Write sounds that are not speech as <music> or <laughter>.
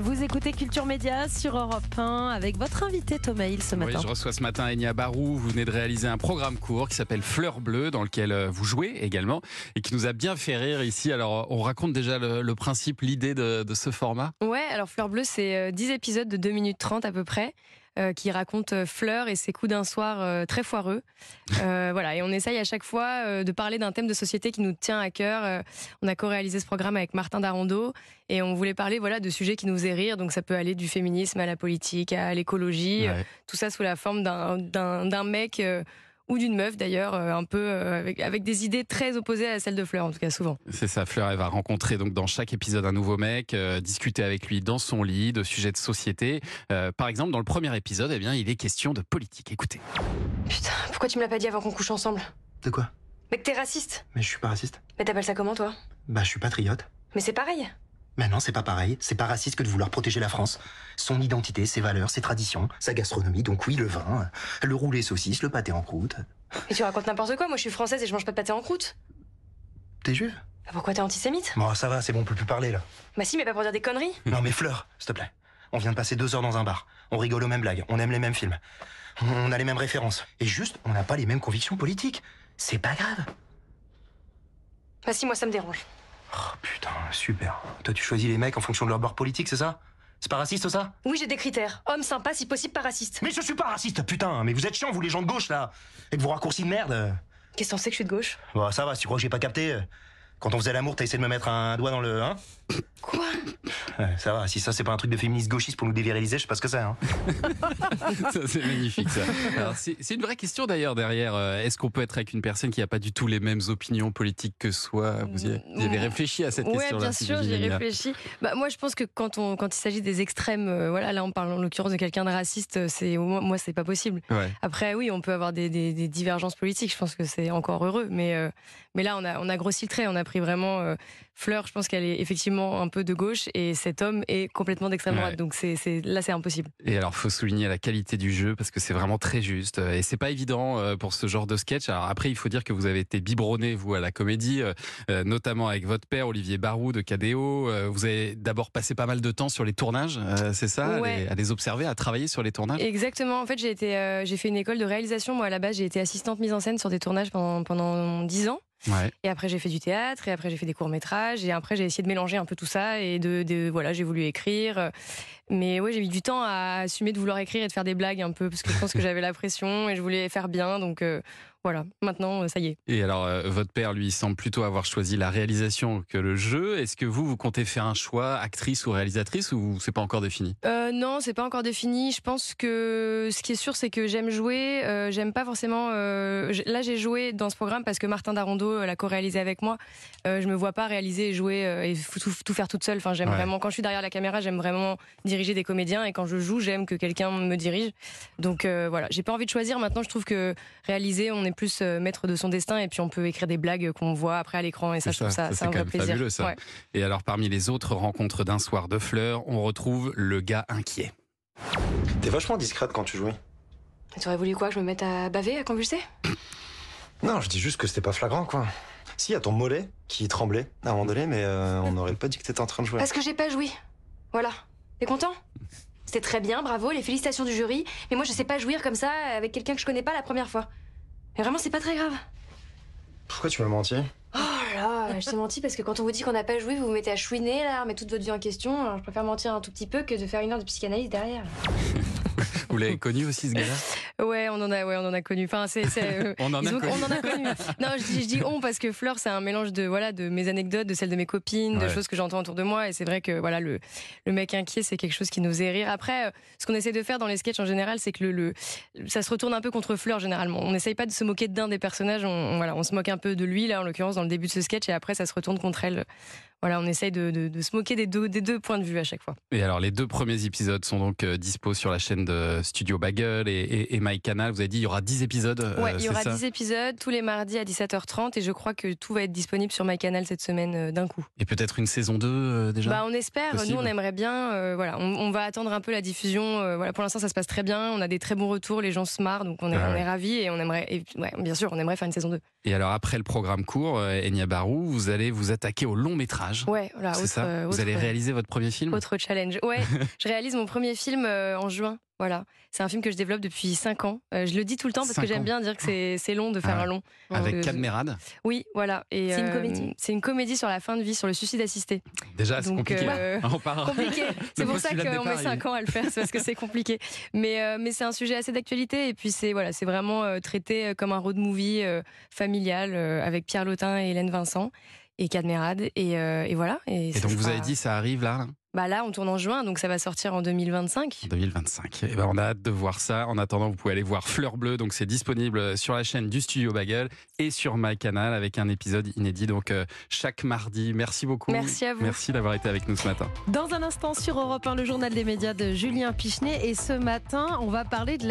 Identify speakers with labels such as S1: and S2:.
S1: Vous écoutez Culture Média sur Europe 1 avec votre invité Thomas Hill ce matin.
S2: Oui, je reçois ce matin Enya Barou. Vous venez de réaliser un programme court qui s'appelle Fleur Bleue, dans lequel euh, vous jouez également et qui nous a bien fait rire ici. Alors, on raconte déjà le, le principe, l'idée de, de ce format.
S3: Ouais, alors Fleur Bleue, c'est euh, 10 épisodes de 2 minutes 30 à peu près. euh, qui raconte euh, Fleur et ses coups d'un soir euh, très foireux. Euh, <laughs> voilà, et on essaye à chaque fois euh, de parler d'un thème de société qui nous tient à cœur. Euh, on a co-réalisé ce programme avec Martin Darondo et on voulait parler voilà de sujets qui nous faisaient rire. Donc ça peut aller du féminisme à la politique, à l'écologie, euh, tout ça sous la forme d'un- d'un d'un mec euh, ou d'une meuf d'ailleurs, euh, un peu euh, avec, avec des idées très opposées à celles de Fleur en tout cas souvent.
S2: C'est ça, Fleur, elle va rencontrer donc dans chaque épisode un nouveau mec, euh, discuter avec lui dans son lit de sujets de société. Euh, par exemple, dans le premier épisode, eh bien, il est question de politique. Écoutez.
S3: Putain, pourquoi tu me l'as pas dit avant qu'on couche ensemble
S4: De quoi
S3: Mec, t'es raciste.
S4: Mais je suis pas raciste.
S3: Mais t'appelles ça comment toi
S4: Bah, je suis patriote.
S3: Mais c'est pareil.
S4: Mais non, c'est pas pareil. C'est pas raciste que de vouloir protéger la France. Son identité, ses valeurs, ses traditions, sa gastronomie, donc oui, le vin, euh, le roulé saucisse, le pâté en croûte.
S3: Et tu racontes n'importe quoi. Moi, je suis française et je mange pas de pâté en croûte.
S4: T'es juif
S3: Bah, pourquoi t'es antisémite
S4: Bon, ça va, c'est bon, on peut plus parler là.
S3: Bah si, mais pas pour dire des conneries.
S4: Non, mais Fleur, s'il te plaît. On vient de passer deux heures dans un bar. On rigole aux mêmes blagues, on aime les mêmes films. On a les mêmes références. Et juste, on n'a pas les mêmes convictions politiques. C'est pas grave.
S3: Bah si, moi, ça me dérange.
S4: Oh putain, super. Toi, tu choisis les mecs en fonction de leur bord politique, c'est ça C'est pas raciste ça
S3: Oui, j'ai des critères. Homme sympa, si possible, pas raciste.
S4: Mais je suis pas raciste, putain, mais vous êtes chiants, vous les gens de gauche là Avec vos raccourcis de merde
S3: Qu'est-ce que t'en sais que je suis de gauche
S4: Bon, ça va, si tu crois que j'ai pas capté euh, Quand on faisait l'amour, t'as essayé de me mettre un doigt dans le. Hein
S3: Quoi
S4: Ouais, Ça va, si ça c'est pas un truc de féministe gauchiste pour nous déviraliser, je sais pas ce que c'est. Hein.
S2: <laughs> Ça, c'est magnifique, ça. Alors, c'est c'est une vraie question d'ailleurs derrière. Euh, Est-ce qu'on peut être avec une personne qui n'a pas du tout les mêmes opinions politiques que soi vous, y- vous y avez réfléchi à cette
S3: Mm. Ouais,
S2: question-là
S3: bien
S2: Sylvie
S3: sûr, j'y
S2: Vigna.
S3: réfléchis. Bah moi, je pense que quand on, quand il s'agit des extrêmes, euh, voilà, là, on parle en l'occurrence de quelqu'un de raciste. euh, C'est moi, moi, c'est pas possible.
S2: Ouais.
S3: Après, oui, on peut avoir des, des- des divergences politiques. Je pense que c'est encore heureux, mais euh, mais là, on a on a grossi le trait. On a pris vraiment euh, Fleur. Je pense qu'elle est effectivement un peu de gauche et cet homme est complètement d'extrême
S2: Ouais.
S3: droite. Donc c'est c'est là, c'est impossible.
S2: Et alors, faut souligner la qualité du jeu parce que c'est vraiment très juste Euh, et c'est pas évident euh, pour ce genre de sketch. Alors après, il faut dire que vous avez été biberonné vous à la comédie, euh, euh, notamment avec votre père Olivier Barou de KDO. Euh, Vous avez d'abord passé pas mal de temps sur les tournages, euh, c'est ça,
S3: Ouais.
S2: à, les, à les observer, à travailler sur les tournages.
S3: Exactement. En fait, j'ai été, euh, j'ai fait une école de réalisation. Moi, à la base, j'ai été assistante mise en scène sur des tournages pendant pendant dix ans.
S2: Ouais.
S3: Et après, j'ai fait du théâtre. Et après, j'ai fait des courts métrages. Et après, j'ai essayé de mélanger un peu tout ça. Et de, de- voilà, j'ai voulu écrire. Mais ouais, j'ai mis du temps à assumer de vouloir écrire et de faire des blagues un peu parce que je pense que j'avais la pression et je voulais faire bien. Donc euh, voilà. Maintenant, euh, ça y est.
S2: Et alors, euh, votre père lui semble plutôt avoir choisi la réalisation que le jeu. Est-ce que vous vous comptez faire un choix actrice ou réalisatrice ou c'est pas encore défini
S3: Euh, non, c'est pas encore défini. Je pense que ce qui est sûr, c'est que j'aime jouer. Euh, j'aime pas forcément. euh, j- là, j'ai joué dans ce programme parce que Martin Darondo euh, l'a co-réalisé avec moi. Euh, je me vois pas réaliser et jouer euh, et fou- tout, tout faire toute seule. Enfin, j'aime
S2: Ouais.
S3: vraiment. Quand je suis derrière la caméra, j'aime vraiment diriger des comédiens et quand je joue, j'aime que quelqu'un me dirige. Donc euh, voilà, j'ai pas envie de choisir. Maintenant, je trouve que réaliser, on est plus euh, maître de son destin et puis on peut écrire des blagues qu'on voit après à l'écran et ça,
S2: C'est
S3: je trouve
S2: ça,
S3: ça,
S2: ça,
S3: c'est
S2: c'est
S3: un
S2: quand
S3: vrai
S2: même
S3: plaisir.
S2: fabuleux, ça.
S3: Ouais.
S2: Et alors, parmi les autres rencontres d'un soir de fleurs, on retrouve le gars inquiet.
S5: T'es vachement discrète quand tu joues.
S3: T'aurais voulu quoi que je me mette à baver, à convulser
S5: Non, je dis juste que c'était pas flagrant, quoi. Si, y a ton mollet qui tremblait à un moment donné, mais euh, on n'aurait pas dit que t'étais en train de jouer.
S3: Parce que j'ai pas joui. Voilà. T'es content C'était très bien, bravo, les félicitations du jury. Mais moi, je sais pas jouir comme ça avec quelqu'un que je connais pas la première fois. Mais vraiment, c'est pas très grave.
S5: Pourquoi tu m'as menti
S3: Oh là là, je t'ai menti parce que quand on vous dit qu'on n'a pas joué, vous vous mettez à chouiner, là, remettre toute votre vie en question. Alors, je préfère mentir un tout petit peu que de faire une heure de psychanalyse derrière.
S2: Vous
S3: <laughs>
S2: l'avez connu aussi, ce gars-là
S3: Ouais, on en a, ouais, on en a connu. Enfin, c'est. c'est, euh,
S2: <laughs> On en
S3: ils
S2: a
S3: ont-
S2: connu.
S3: on en a connu. Non, je dis, je dis on parce que Fleur, c'est un mélange de voilà de mes anecdotes, de celles de mes copines, de
S2: Ouais.
S3: choses que j'entends autour de moi. Et c'est vrai que voilà le le mec inquiet, c'est quelque chose qui nous fait rire. Après, euh, ce qu'on essaie de faire dans les sketchs en général, c'est que le, le ça se retourne un peu contre Fleur généralement. On n'essaye pas de se moquer d'un des personnages. On, on- voilà, on se moque un peu de lui là en l'occurrence dans le début de ce sketch et après ça se retourne contre elle. Voilà, on essaye de, de, de se moquer des deux, des deux points de vue à chaque fois.
S2: Et alors, les deux premiers épisodes sont donc euh, dispo sur la chaîne de Studio Bagel et, et, et My Canal. Vous avez dit, il y aura 10 épisodes. euh,
S3: Ouais, il y
S2: c'est
S3: aura
S2: ça
S3: 10 épisodes tous les mardis à 17h30 et je crois que tout va être disponible sur MyCanal cette semaine euh, d'un coup.
S2: Et peut-être une saison 2 euh, déjà
S3: Bah, on espère.
S2: Possible.
S3: Nous, on aimerait bien. euh, voilà, on, on va attendre un peu la diffusion. euh, voilà, pour l'instant, ça se passe très bien. On a des très bons retours. Les gens se marrent, donc on est,
S2: Ah
S3: on
S2: ouais.
S3: est ravis et on aimerait. et puis, ouais, bien sûr, on aimerait faire une saison 2.
S2: Et alors, après le programme court, euh, Enya Barou, vous allez vous attaquer au long métrage. courage.
S6: Ouais,
S3: bah,
S6: voilà,
S2: c'est
S6: autre,
S2: ça
S6: euh,
S2: Vous
S6: autre-
S2: allez réaliser votre premier
S3: euh,
S2: film
S6: Autre challenge.
S2: <laughs>
S6: Ouais, je réalise mon premier film euh, en juin. Voilà. C'est un film que je développe depuis 5 ans. Euh, je le dis tout le temps parce
S2: Cinq
S6: que j'aime
S2: ans.
S6: bien dire que c'est c'est long de faire
S2: Ah
S6: un long.
S2: avec
S6: Euh,
S2: Cadmerade.
S6: Oui, voilà. Et,
S1: C'est une
S6: euh,
S1: comédie
S6: C'est une comédie sur la fin de vie, sur le suicide assisté.
S2: Déjà, c'est
S6: donc,
S2: compliqué.
S6: euh,
S2: On part.
S6: Compliqué.
S2: <laughs>
S6: C'est pour ça
S2: postulat de
S6: qu'on met
S2: départ,
S6: 5 ans à le faire, c'est parce que
S2: <laughs>
S6: c'est compliqué. Mais, euh, mais c'est un sujet assez d'actualité et puis c'est voilà, c'est vraiment euh, traité euh, comme un road movie euh, familial euh, avec Pierre Lotin et Hélène Vincent et Cadmerade. Et, euh, et voilà. Et,
S2: Et
S6: ça
S2: donc, vous
S6: sera-
S2: avez dit, ça arrive là, là
S6: Bah là, on tourne en juin, donc ça va sortir en 2025.
S2: 2025. Et ben, on a hâte de voir ça. En attendant, vous pouvez aller voir Fleur Bleue. Donc, c'est disponible sur la chaîne du Studio Bagel et sur My Canal avec un épisode inédit. Donc, euh, chaque mardi. Merci beaucoup.
S6: Merci à vous.
S2: Merci d'avoir été avec nous ce matin.
S1: Dans un instant sur Europe 1, le journal des médias de Julien Pichenet. Et ce matin, on va parler de la